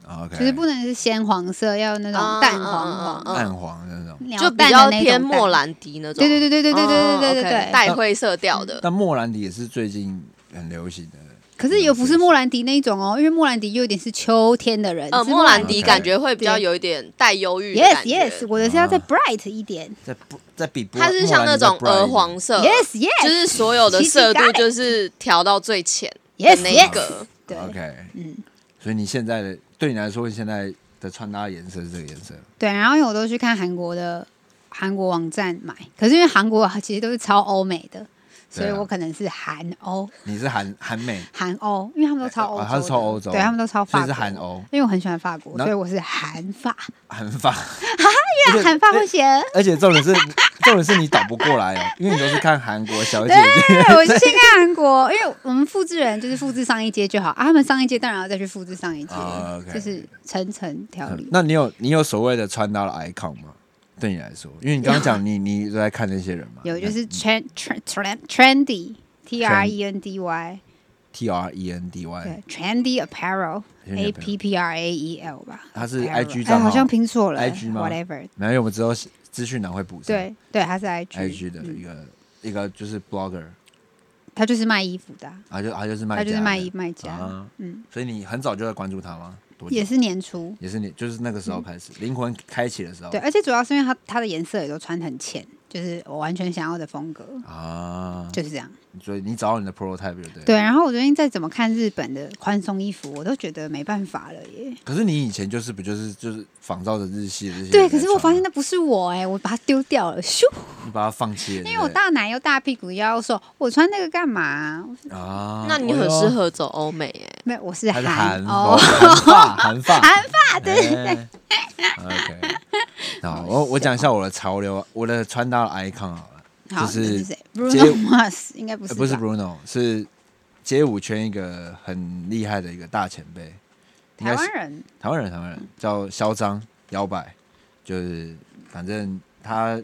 S3: 哦 OK，
S2: 就是不能是鲜黄色，要那种
S4: 啊
S2: 淡
S4: 啊
S2: 黄
S4: 啊
S2: 黄，
S4: 啊
S3: 暗黄的那种。
S2: 鸟
S4: 就比
S2: 蛋的
S4: 较
S2: 那
S4: 偏
S2: 种淡。
S4: 莫兰迪那
S2: 对
S4: 种。
S2: 对对对对对对对对对
S4: 哦，OK，
S2: 对。
S4: 带灰色调的。
S3: 但莫兰迪也是最近很流行的，
S2: 可是也不是莫兰迪那一种哦，因为莫兰迪又有点是秋天的人。
S4: 呃，
S2: 嗯是
S4: 莫兰
S3: 迪
S4: 迪
S3: 的
S4: 感觉会比较有一点带忧郁的
S2: Yes
S4: 感觉。
S2: Yes，我的是要再
S3: 啊
S2: bright 一点。
S3: 在不在比不
S4: 它是像那种鹅黄色
S2: Yes Yes，
S4: 呃 就是所有的
S2: 奇迹
S4: 色度
S2: got it
S4: 就是调到最浅的
S2: Yes
S4: 那一
S2: Yes，
S4: 个。
S2: 对
S3: OK，
S2: 嗯
S3: 所以你现在的对你来说，现在的穿搭颜色是这个颜色。
S2: 对。然后因为我都去看韩国的韩国网站买，可是因为韩国其实都是超欧美的，所以
S3: 对啊
S2: 我可能是韩欧
S3: 你是韩韩美，
S2: 韩欧，因为他们都超欧
S3: 哦
S2: 洲的，
S3: 他是超欧洲
S2: 对他们都超
S3: 所
S2: 法
S3: 以
S2: 国
S3: 是韩。欧、
S2: 因为我很喜欢法国，
S3: 那
S2: 所以我是韩法，
S3: 韩法。
S2: 对韩法会写，
S3: 而且重点是， 重点是你倒不过来哦，因为你都是看韩国小姐姐。
S2: 对，我是先看韩国，因为我们复制人就是复制上一阶就好啊，他们上一阶当然要再去复制上一阶，
S3: 啊，OK
S2: 就是层层条理。
S3: 那你有你有所谓的穿搭的 icon 吗？对你来说，因为你刚刚讲你你都在看啊那些嗯人嘛，
S2: 有就是 trend trend trend trendy t r e n d y
S3: T R E N D
S2: 对
S3: Y，
S2: trendy
S3: Trendy
S2: apparel a
S3: apparel
S2: p p r a e l 吧，
S3: 它是
S2: Apparel
S3: IG
S2: 哎，
S3: 账号
S2: 好像拼错了
S3: IG 吗
S2: ？whatever，
S3: 然后我们之后资讯栏会补上。
S2: 对对，他是 IG
S3: IG 的
S2: 嗯
S3: 一个一个就是 blogger，
S2: 他就是卖衣服的啊，
S3: 啊就啊就是卖
S2: 他就是
S3: 家
S2: 卖
S3: 的
S2: 衣卖家，
S3: 啊，
S2: 嗯，
S3: 所以你很早就在关注他吗？多久
S2: 也是年初。
S3: 也是你就是那个时候开始灵魂开启的时候
S2: 嗯对，而且主要是因为他他的颜色也都穿很浅，就是我完全想要的风格，
S3: 啊，
S2: 就是这样。
S3: 所以你找到你的 prototype 就对。
S2: 对，然后我最近再怎么看日本的宽松衣服，我都觉得没办法了耶。
S3: 可是你以前就是不就是就是仿照着日系的这些人在
S2: 对，
S3: 穿吗？
S2: 可是我发现那不是我哎、我把它丢掉了，咻！
S3: 你把它放弃了，
S2: 因为我大奶又大屁股腰瘦，我穿那个干嘛、
S3: 对不对啊，
S4: 那你很适合走欧美欸耶。
S2: 没有，我是
S3: 还是
S2: 韩
S3: 韩
S2: 哦
S3: 风，韩发韩发
S2: 韩
S3: 发对对对。OK，好，我我讲一下我的潮流，我的穿搭的 icon 好了，
S2: 好，
S3: 就
S2: 这
S3: 是
S2: 是谁
S3: 街
S2: ？Bruno Mars 应该不是
S3: 呃
S2: 吧，
S3: 不是 Bruno，是街舞圈一个很厉害的一个大前辈，应该
S2: 台
S3: 是
S2: 湾人，
S3: 台湾人，台湾人叫嚣张摇摆，就是反正他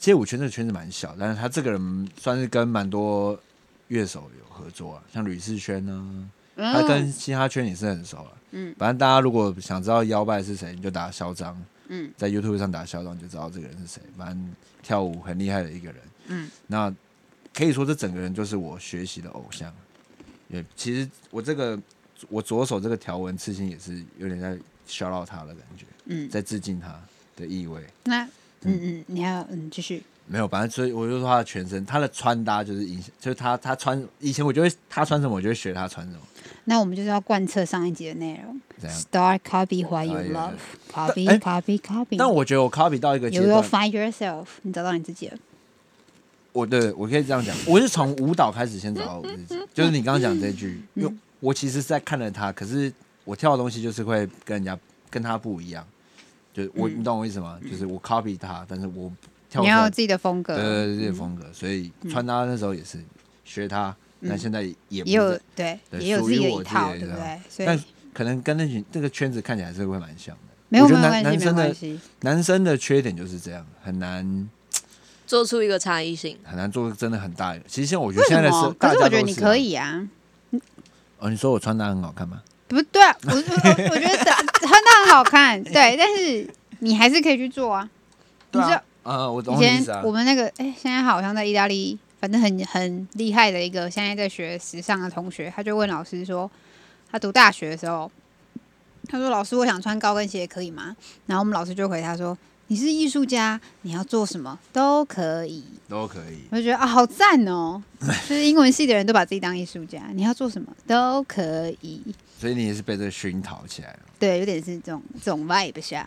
S3: 街舞圈这个圈子蛮小，但是他这个人算是跟蛮多乐手有合作啊，像吕世轩呢、啊，他跟
S2: 嗯
S3: 嘻哈圈也是很熟了、
S2: 嗯
S3: 反正大家如果想知道摇摆是谁，你就打嚣张，
S2: 嗯
S3: 在 YouTube 上打嚣张你就知道这个人是谁，蛮跳舞很厉害的一个人。
S2: 嗯，
S3: 那可以说这整个人就是我学习的偶像。也其实我这个我左手这个条纹刺青也是有点在 shout out 他的感觉，
S2: 嗯，
S3: 在致敬他的意味。
S2: 那嗯嗯，你还有嗯继续，
S3: 没有，反正所以我就说他的全身，他的穿搭就是影响，就是他他穿以前我就会他穿什么，我就会学他穿什么。
S2: 那我们就是要贯彻上一集的内容
S3: 怎样
S2: ，Start copy what you
S3: 哎呀
S2: love，copy
S3: 哎
S2: copy copy。
S3: 但我觉得我 copy 到一个阶
S2: You will
S3: 段，
S2: find yourself，你找到你自己了。嗯
S3: 我对我可以这样讲，我是从舞蹈开始先找到我自己，就是你刚刚讲这句，因为我其实是在看着他，可是我跳的东西就是会跟人家跟他不一样，就是我、
S2: 嗯
S3: 你懂我意思吗？就是我 copy 他，但是我跳呃
S2: 你
S3: 出
S2: 要有
S3: 来
S2: 自己的风格，
S3: 对对对，这些风格，所以穿搭那时候也是学他，
S2: 嗯
S3: 但现在也不
S2: 也有
S3: 是，
S2: 对，
S3: 对
S2: 也有
S3: 属
S2: 自己
S3: 于
S2: 的
S3: 我
S2: 一
S3: 自己
S2: 套，
S3: 的
S2: 对不
S3: 一套
S2: 对？所
S3: 但
S2: 以
S3: 可能跟那群这个圈子看起来是会蛮像的。
S2: 没有
S3: 我
S2: 没
S3: 觉
S2: 有
S3: 得
S2: 关
S3: 男
S2: 系，
S3: 男
S2: 没有
S3: 生
S2: 关
S3: 的
S2: 系。
S3: 男生的缺点就是这样，很难
S4: 做出一个差异性。
S3: 很难做真的很大。其实像我觉
S2: 为
S3: 得现
S2: 什
S3: 在的是，？
S2: 么可
S3: 大
S2: 是
S3: 家
S2: 我觉得
S3: 都
S2: 你
S3: 是
S2: 可
S3: 啊。
S2: 以啊，
S3: 哦，你说我穿搭很好看吗？
S2: 不对啊，我我我我觉得穿的很好看，对， 但是你还是可以去做啊。你知道
S3: 啊，我懂
S2: 以
S3: 你意
S2: 前
S3: 思啊
S2: 我。们那个哎、现在好像在意大利，反正很很厉害的一个现在在学时尚的同学，他就问老师说，他读大学的时候，他说老师我想穿高跟鞋可以吗？然后我们老师就回他说。你是艺术家，你要做什么都可以。
S3: 都可以。
S2: 我就觉得啊，好赞 哦！就是英文系的人都把自己当艺术家，你要做什么都可以。
S3: 所以你也是被这个熏陶起来了。
S2: 对，有点是这种这种 vibe 下，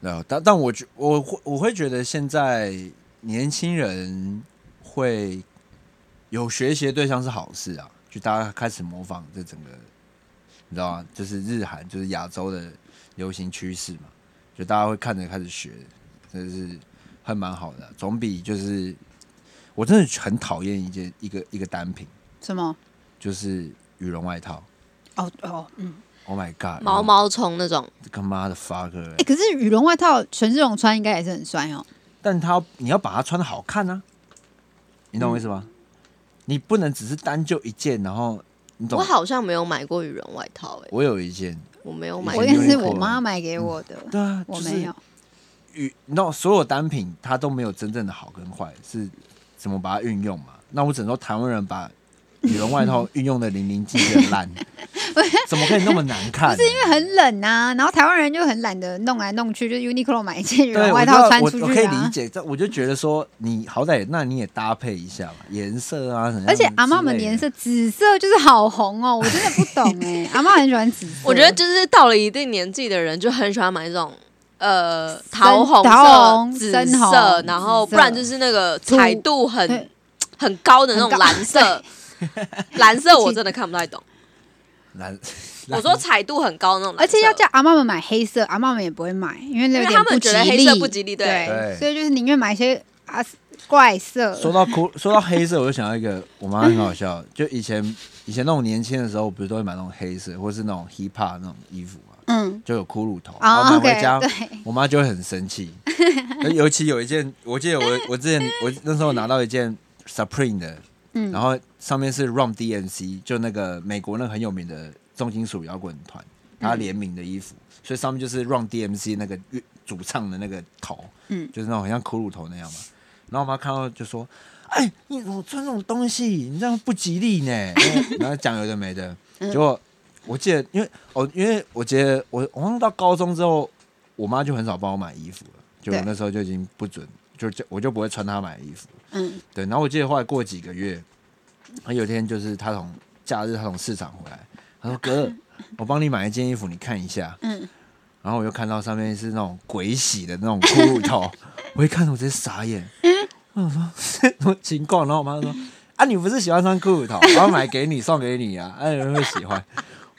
S3: 对啊，但但我觉我会我会觉得现在年轻人会有学习的对象是好事啊，就大家开始模仿这整个，你知道吗？就是日韩就是亚洲的流行趋势嘛，就大家会看着开始学，这是还蛮好的啊、总比就是我真的很讨厌一件一个一个单品，
S2: 什么？
S3: 就是羽绒外套。
S2: 哦哦，嗯，
S3: Oh my god！
S4: 毛毛虫那种，
S3: 这个妈的 fucker！欸、
S2: 哎、可是羽绒外套权志龙穿应该也是很帅哦。
S3: 但他你要把它穿的好看啊，你懂我意思吗？你不能只是单就一件，然后你懂
S4: 我？好像没有买过羽绒外套、欸，
S3: 我有一件，
S4: 我没有买
S2: 我
S4: 过。
S2: 应该是
S3: 过
S2: 我妈买给我的，
S3: 对啊，
S2: 我
S3: 就是
S2: 没有。
S3: 与那所有单品它都没有真正的好跟坏，是怎么把它运用嘛？那我只能说台湾人把羽绒外套运用的淋漓尽致的 烂，怎么可以那么难看？不是因为
S2: 很冷啊，然后台湾人就很懒得弄来弄去，就是 Uniqlo 买一件羽绒
S3: 对，
S2: 外
S3: 我知
S2: 套
S3: 道
S2: 穿
S3: 我
S2: 出去、啊、
S3: 我可以理解，但我就觉得说你好歹也那你也搭配一下嘛，颜色啊什么。
S2: 而且阿妈们的颜色紫色就是好红哦，我真的不懂哎、阿妈很喜欢紫色，
S4: 我觉得就是到了一定年纪的人，就很喜欢买这种呃桃红色、
S2: 桃红
S4: 紫
S2: 深红
S4: 色，然后
S2: 紫色
S4: 不然就是那个
S2: 土
S4: 彩度很
S2: 对
S4: 很高的那种
S2: 很高
S4: 蓝色。 蓝色我真的看不太懂。
S3: 蓝，
S4: 我说彩度很高那种蓝色，
S2: 而且要叫阿妈们买黑色，阿妈们也不会买，因为那有
S4: 因为
S2: 点
S4: 他们觉得
S2: 吉
S4: 黑色不吉利对
S2: 对
S3: 对，
S2: 所以就是宁愿买一些啊怪色。
S3: 说到哭， 说到黑色，我就想到一个，我妈很好笑。就以前以前那种年轻的时候，不是都会买那种黑色，或是那种 hip hop 那种衣服嘛，
S2: 嗯，
S3: 就有骷髅头。然
S2: 啊
S3: 后买
S2: ，OK，
S3: 回家，
S2: 对，
S3: 我妈就会很生 气。而尤其有一件，我记得我我之前我那时候拿到一件 Supreme 的，
S2: 嗯
S3: 然后上面是 Rom DMC，就那个美国那个很有名的重金属摇滚团，
S2: 嗯
S3: 他联名的衣服，所以上面就是 Rom DMC 那个乐主唱的那个头，
S2: 嗯
S3: 就是那种很像骷髅头那样嘛。然后我妈看到就说：“哎，你怎么穿这种东西？你这样不吉利 呢。”然后讲有的没的，
S2: 嗯
S3: 结果我记得，因为哦，因为我觉得我我好像到高中之后，我妈就很少帮我买衣服了，就我
S2: 对
S3: 那时候就已经不准，就就我就不会穿她买的衣服。
S2: 嗯
S3: 对，然后我记得后来过几个月，他有一天就是他从假日他从市场回来，他说：“哥，我帮你买一件衣服，你看一下。”
S2: 嗯，
S3: 然后我就看到上面是那种鬼洗的那种骷髅头，我一看我直接傻眼，我想说什么情况？然后我妈说：“啊，你不是喜欢穿骷髅头，我要买给你送给你啊，哎、有人会喜欢。”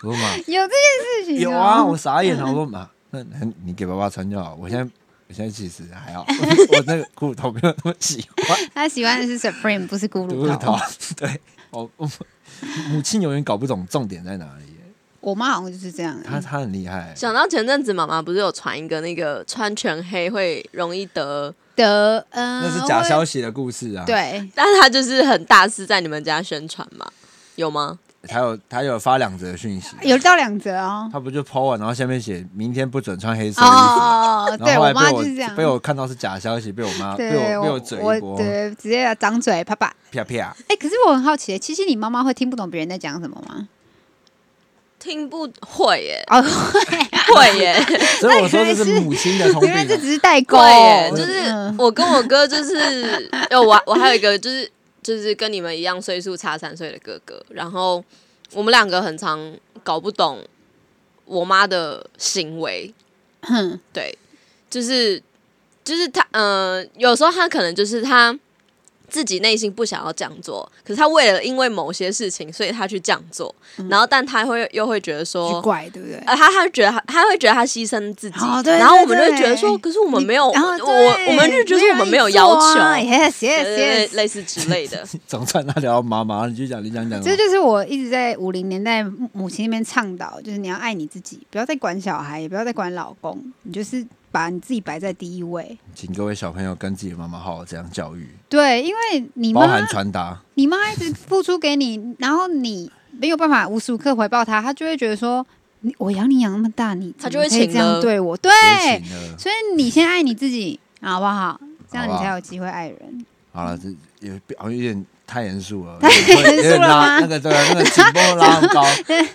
S3: 我说：“妈，
S2: 有这件事情
S3: 有
S2: 哦
S3: 啊，我傻眼了，我说妈，那那你给爸爸穿就好。我现在我现在其实还好，我 我那个骷髅头没有那么喜欢
S2: 他喜欢的是 Supreme，不是骷
S3: 骷髅
S2: 髅
S3: 头
S2: 头。。
S3: 对，我我母亲永远搞不懂重点在哪里，
S2: 我妈好像就是这样，
S3: 她她很厉害，
S4: 想到前阵子妈妈不是有传一个那个穿全黑会容易得，
S2: 得嗯，
S3: 那是假消
S2: 息。
S3: 息的故事啊。，
S2: 对，
S4: 但她就是很大肆在你们家宣传嘛，有吗？
S3: 她有她有发两则讯息。
S2: 有到两折哦。
S3: 他不就 po 完，然后下面写明天不准穿黑色
S2: 哦
S3: 的衣服，
S2: 哦哦，
S3: 啊然后
S2: 对
S3: 后
S2: 我
S3: 来
S2: 妈
S3: 被
S2: 就
S3: 我
S2: 是这样，
S3: 被我看到是假消息，被我妈被
S2: 对
S3: 我被
S2: 我
S3: 我嘴一波，
S2: 对直接长嘴，啪啪。
S3: 啪啪，
S2: 哎，可是我很好奇，其实你妈妈会听不懂别人在讲什么吗？
S4: 听不会耶、
S2: 哦，
S4: 会耶、
S3: 所以我说这是母亲 的通病
S2: 原
S3: 啊
S2: 来这只是代沟
S4: 贵耶，，就
S2: 嗯
S4: 是我跟我 哥就是，有我我还有一个就是就是跟你们一样岁数差三岁的哥哥，然后我们两个很常搞不懂我妈的行为，
S2: 哼，
S4: 呃对，就是就是他，嗯、有时候他可能就是他自己内心不想要这样做，可是他为了因为某些事情，所以他去这样做，然后但他会又会觉得
S2: 奇
S4: 说。
S2: 嗯怪，对不对？
S4: 呃，他他觉得他他会觉得他牺牲自己，
S2: 哦对
S4: 然后
S2: 对
S4: 我们就会
S2: 对
S4: 觉得说，可是我们
S2: 你
S4: 没有，
S2: 然后
S4: 我
S2: 哦对
S4: 我们就觉
S2: 没
S4: 得
S2: 有
S4: 说我们
S2: 人
S4: 没有
S2: 做
S4: 要求，
S2: 啊 Yes,
S4: 对
S2: yes,
S4: 对对
S2: yes。
S4: 类似之类的。
S3: 总算他聊到妈妈，你就讲，你讲讲。
S2: 这就是我一直在五零年代母母亲那边倡导，就是你要爱你自己，不要再管小孩，也不要再管老公，你就是把你自己摆在第一位。
S3: 请各位小朋友跟自己的妈妈好好这样教育，
S2: 对，因为你
S3: 包
S2: 妈
S3: 含传达。
S2: 你妈一直付出给你，然后你没有办法无时无刻回报她，她就会觉得说，你我养你养那么大，你
S4: 她
S2: 怎
S4: 就
S2: 么
S4: 会
S2: 可以
S4: 请
S2: 这样
S4: 了
S2: 对我，对，
S3: 也请了。
S2: 所以你先爱你自己，好不好？这样
S3: 好不
S2: 你
S3: 好
S2: 才有机会爱人。
S3: 好了，这也好像有点太严肃了，
S2: 太严
S3: 有点
S2: 肃了吗
S3: 拉那个对啊，那个紧绷拉很高。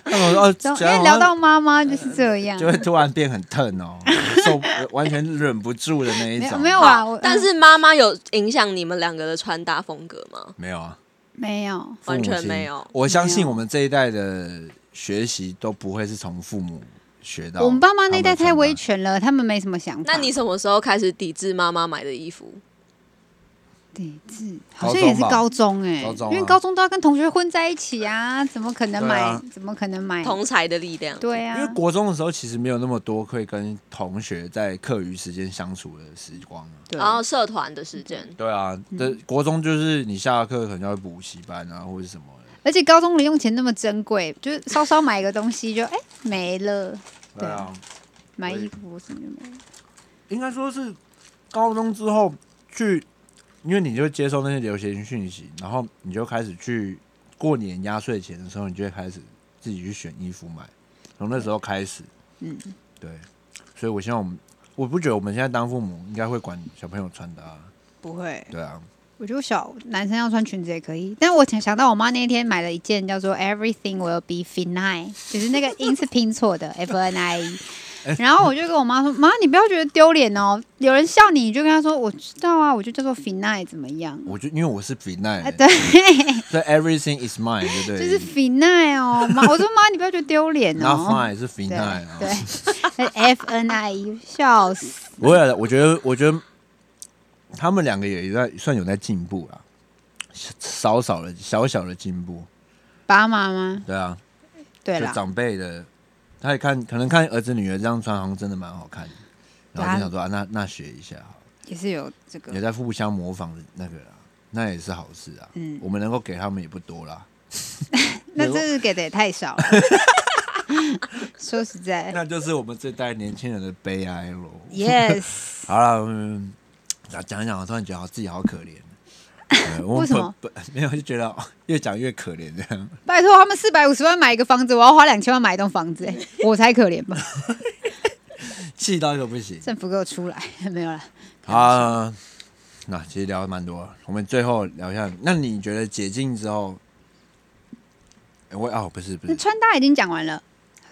S3: 那我说哦，
S2: 总因
S3: 讲
S2: 为
S3: 得
S2: 哎聊
S3: 好像呃
S2: 到妈妈就是这样
S3: 就，会突然变很疼 哦，受完全忍不住的那一
S2: 没有
S3: 种。
S2: 没有
S4: 好
S2: 啊，我
S4: 但是妈妈有影响你们两个的穿搭风格吗？
S3: 没有啊，
S2: 没有，
S4: 完
S3: 父
S4: 全
S3: 母亲
S4: 没有
S3: 我相信我们这一代的学习都不会是从父母学到。
S2: 我们爸妈那一代太威
S3: 权，
S2: 权了，他们没什么想法。
S4: 那你什么时候开始抵制妈妈买的衣服？
S2: 抵制好像也是高
S3: 高
S2: 中哎、
S3: 高中啊
S2: 因为高中都要跟同学混在一起啊，怎么可能买？
S3: 对啊
S2: 怎么可能买？
S4: 同才的力量。
S2: 对啊
S3: 因为，国中的时候其实没有那么多可以跟同学在课余时间相处的时光啊。
S2: 对
S4: 然后社团的时
S2: 嗯
S4: 间，
S3: 对啊，这国中就是你下课可能要去补习班啊，或者什么的。
S2: 而且高中零用钱那么珍贵，就是稍稍买一个东西就哎、没了，对啊，买衣服什么就没了。
S3: 应该说是高中之后去，因为你就接受那些流行讯息，然后你就开始去过年压岁钱的时候，你就会开始自己去选衣服买，从那时候开始，
S2: 嗯，
S3: 对，所以我希望我们，我不觉得我们现在当父母应该会管小朋友穿搭、
S2: 不会，
S3: 对啊，
S2: 我觉得小男生要穿裙子也可以，但我想想到我妈那天买了一件叫做 Everything Will Be Fine，就是那个音是拼错的 F N I E。然后我就跟我妈说：“妈，你不要觉得丢脸哦，有人笑你，你就跟他说我知道啊，我就叫做 Finai 怎么样？
S3: 我就因为我是 f i n
S2: 啊，
S3: a
S2: 对，
S3: 所以 everything is mine，对不对？
S2: 就是 Finai 哦，妈，我说妈，你不要觉得丢 脸
S3: 然后
S2: 哦。
S3: fine 是 f i
S2: 对
S3: n a 啊，
S2: 对，F N I E，笑死。
S3: 不会啊了，我觉得，我觉得他们两个也在算有在进步啦，少少的小小的进步，
S2: 爸妈吗？
S3: 对啊，
S2: 对
S3: 就
S2: 啦，
S3: 长辈的，他也看，可能看儿子女儿这样穿，好像真的蛮好看的，然后就想说啊，那那学一下好了，
S2: 也是有这个
S3: 也。在互相模仿的那个啦，那也是好事啊，
S2: 嗯
S3: 我们能够给他们也不多啦，
S2: 那真是给的也 太少了。说实在
S3: 那就是我们这代年轻人的悲哀喽。
S2: ，Yes，
S3: 好了，嗯，讲讲一讲，我突然觉得好自己好可 怜。呃我
S2: 为什么
S3: 本？本 没有，就觉得哦越讲越可怜这样。
S2: 拜托他们四百五十万买一个房子，我要花两千万买一栋房子、 哎，我才可怜吧？
S3: 气到一个不行。
S2: 政府给我出来，没有啦。
S3: 好啊，那其实聊得蛮多了，我们最后聊一下，那你觉得解禁之后，哎我哦不是不
S2: 那
S3: 是，
S2: 穿搭已经讲完了，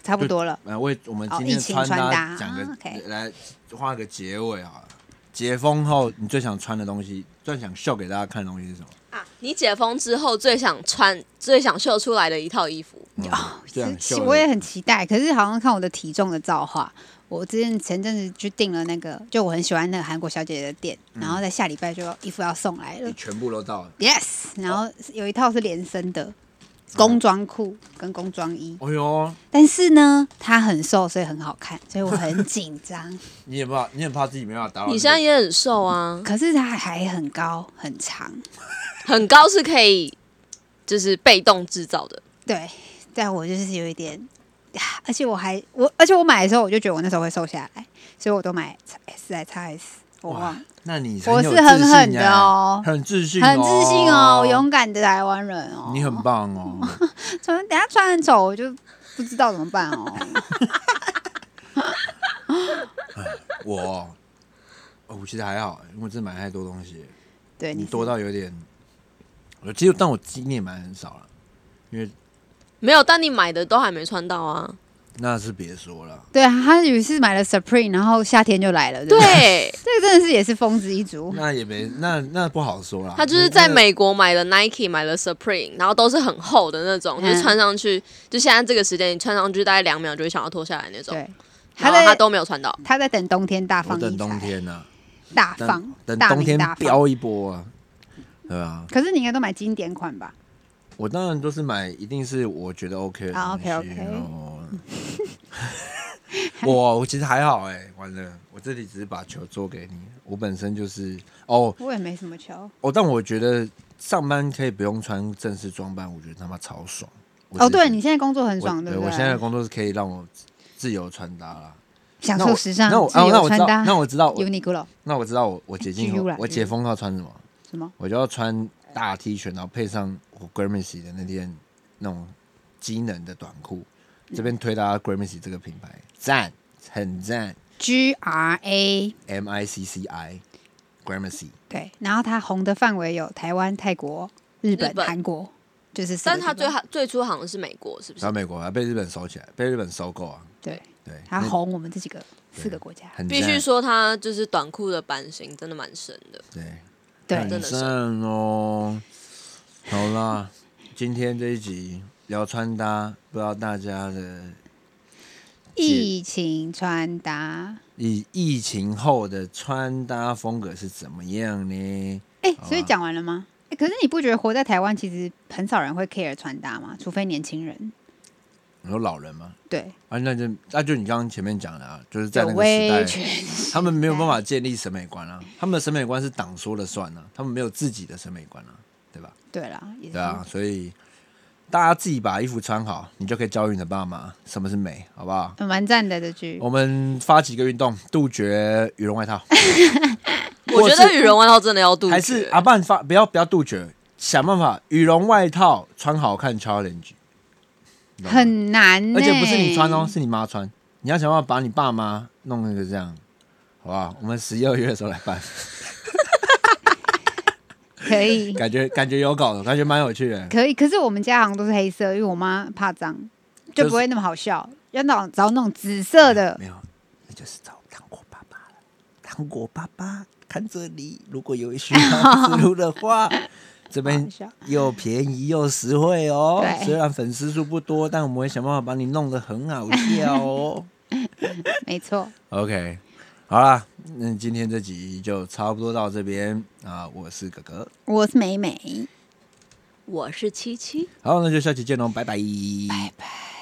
S2: 差不多了。
S3: 呃，为我们今
S2: 哦疫
S3: 天
S2: 情
S3: 穿
S2: 穿
S3: 搭
S2: 搭
S3: 讲个、
S2: 啊，OK
S3: 来画个结尾好了。解封后，你最想穿的东西，最想秀给大家看的东西是什么？
S4: 啊，你解封之后最想穿、最想秀出来的一套衣服，
S3: 嗯最想
S2: 其
S3: 秀
S2: 实
S3: 的，
S2: 我也很期待，可是好像看我的体重的造化。我之前前阵子去订了那个，就我很喜欢那个韩国小姐姐的店，然后在下礼拜就要衣服要送来了
S3: 你。全部都到了。
S2: Yes，然后有一套是连身的工装裤跟工装衣，
S3: 哎呦，
S2: 但是呢，它很瘦，所以很好看，所以我很紧张。
S3: 你也哦怕，你也怕自己没办法打扰这个。
S4: 你现在也很瘦啊，
S2: 可是它还很高很长，
S4: 很高是可以就是被动制造的。
S2: 对，但我就是有一点，而且我还我，而且我买的时候我就觉得我那时候会瘦下来，所以我都买 S 还 XS，我
S3: 哇
S2: 忘了，
S3: 那你
S2: 我
S3: 有
S2: 是
S3: 自
S2: 很
S3: 信
S2: 狠的
S3: 耶
S2: 哦
S3: 很自信，
S2: 很自信哦，我勇敢的台湾人哦。
S3: 你很棒哦。
S2: 穿，等下穿很丑，我就不知道怎么办哦。
S3: 我哦，哦我其实还好，因为我真的买太多东西，
S2: 对
S3: 你
S2: 你
S3: 多
S2: 到
S3: 到有点。我其实，但我今年买很少了，因为
S4: 没有，但你买的都还没穿到啊。
S3: 那是别说了。
S2: 对啊，他有一次买了 Supreme，然后夏天就来了，对不对，
S4: 对，
S2: 这个真的是也是疯子一族。
S3: 那也没那那不好说啦。
S4: 他
S2: 啊
S4: 就是
S2: 嗯
S4: 在
S3: 那，
S4: 美国买了 Nike，买了 Supreme，然后都是很厚的那种，
S2: 嗯
S4: 就是穿上去，就现在这个时间你穿上去大概两秒就会想要脱下来那种。
S2: 对，
S4: 然
S2: 他
S4: 后
S2: 在
S4: 他都没有穿到。
S2: 他在等冬天大
S3: 我
S2: 放异
S3: 哦等冬
S2: 彩，
S3: 天呢，啊
S2: 大
S3: 等
S2: 放
S3: 等
S2: 啊大
S3: 冬
S2: 名
S3: 天
S2: 大放。
S3: 飙一波啊。对啊，
S2: 可是你应该都买经典款吧？
S3: 我当然都是买，一定是我觉得 OK 的
S2: 啊
S3: 东西。
S2: ，OK，OK
S3: 然后 我我其实还好哎、完了，我这里只是把球做给你。我本身就是哦
S2: 我也没什么球。
S3: 哦，但我觉得上班可以不用穿正式装扮，我觉得他妈超爽。我
S2: 哦，
S3: 自己
S2: 对你现在工作很爽，
S3: 我
S2: 不
S3: 我
S2: 对？啊
S3: 现在的工作是可以让我自自由穿搭啦。
S2: 享
S3: 那
S2: 受
S3: 我
S2: 时尚，
S3: 那我
S2: 自
S3: 哦那
S2: 由
S3: 我知
S2: 穿
S3: 道
S2: 搭。
S3: 那我知道我
S2: Uniqlo
S3: 那我知道我我解禁
S2: GU
S3: 后
S2: 啦
S3: 我解封后要穿什么，
S2: 什么？
S3: 我就要穿大 T 恤，然后配上我 Gramercy 的那件那种机能的短裤。这边推
S2: 嗯
S3: 大家 Gramercy 这个品牌，赞，很赞
S2: G R A
S3: ，M I C C I Gramercy。
S2: 对，然后它红的范围有台湾、泰国、日本
S4: 日、本
S2: 韩国，就是四个
S4: 但
S2: 地
S4: 它
S2: 方。
S4: 最最初好像是美国，是不是
S3: 然后？美国啊，被日本收起来，被日本收购啊，
S2: 对，
S4: 嗯
S3: 对，
S2: 它
S3: 那
S2: 红我们这几个四个国家。
S3: 很
S4: 必须
S3: 赞
S4: 说，它就是短裤的版型真的蛮深的。
S3: 对。
S2: 对
S3: 很，
S4: 真的是
S3: 赞哦。好啦，今天这一集聊穿搭，不知道大家的
S2: 疫情穿
S4: 啊
S2: 搭。
S3: 疫疫情后的穿搭风格是怎么样呢？
S2: 哎、
S3: 好
S2: 所以
S3: 吧
S2: 讲完了吗？哎、可是你不觉得活在台湾其实很少人会 care 穿搭吗？除非年轻人。
S3: 你说老人吗？
S2: 对，
S3: 啊，那就那就你刚刚前面讲的啊，就是在
S2: 有
S3: 那个
S2: 威
S3: 时代，
S2: 权。
S3: 他们没有办法建立审美观啊，他们的审美观是党说了算啊，他们没有自己的审美观啊，对吧？
S2: 对啦，也是。
S3: 对啊，所以大家自己把衣服穿好，你就可以教育你的爸妈什么是美，好不好？
S2: 嗯蛮赞的这句，
S3: 我们发几个运动，杜绝羽绒外套。
S4: 我觉
S3: 或
S4: 得
S3: 是
S4: 羽绒外套真的要杜
S3: 还是
S4: 绝
S2: 啊
S3: 阿半发，不要不要杜绝，想办法羽绒外套穿好看 challenge，你懂吗
S2: 很难、欸。
S4: 嗯
S3: 而且不是你穿哦，，是你妈穿，你要想办法把你爸妈弄那个这样，好不好？我们十二月的时候来 办，
S2: 可以，
S3: 感觉感觉有搞头，感觉蛮有趣的。
S2: 可以。可是我们家好像都是黑色，因为我妈怕脏，
S3: 就
S2: 就是不会那么好笑。要那种找那种紫色的
S3: 没，有，那就是找糖果爸爸了。糖果爸爸看这里，如果有需 要植入的话，这
S2: 好
S3: 边
S2: 笑
S3: 又便宜又实惠哦。
S2: 对
S3: 虽然粉丝数不多，但我们会想办法把你弄得很好笑哦。
S2: 没错。
S3: OK，好啦，那今天这集就差不多到这边啊。我是哥哥，
S2: 我是美美，
S4: 我是七七。
S3: 好，那就下期见喽，拜拜
S2: 拜拜。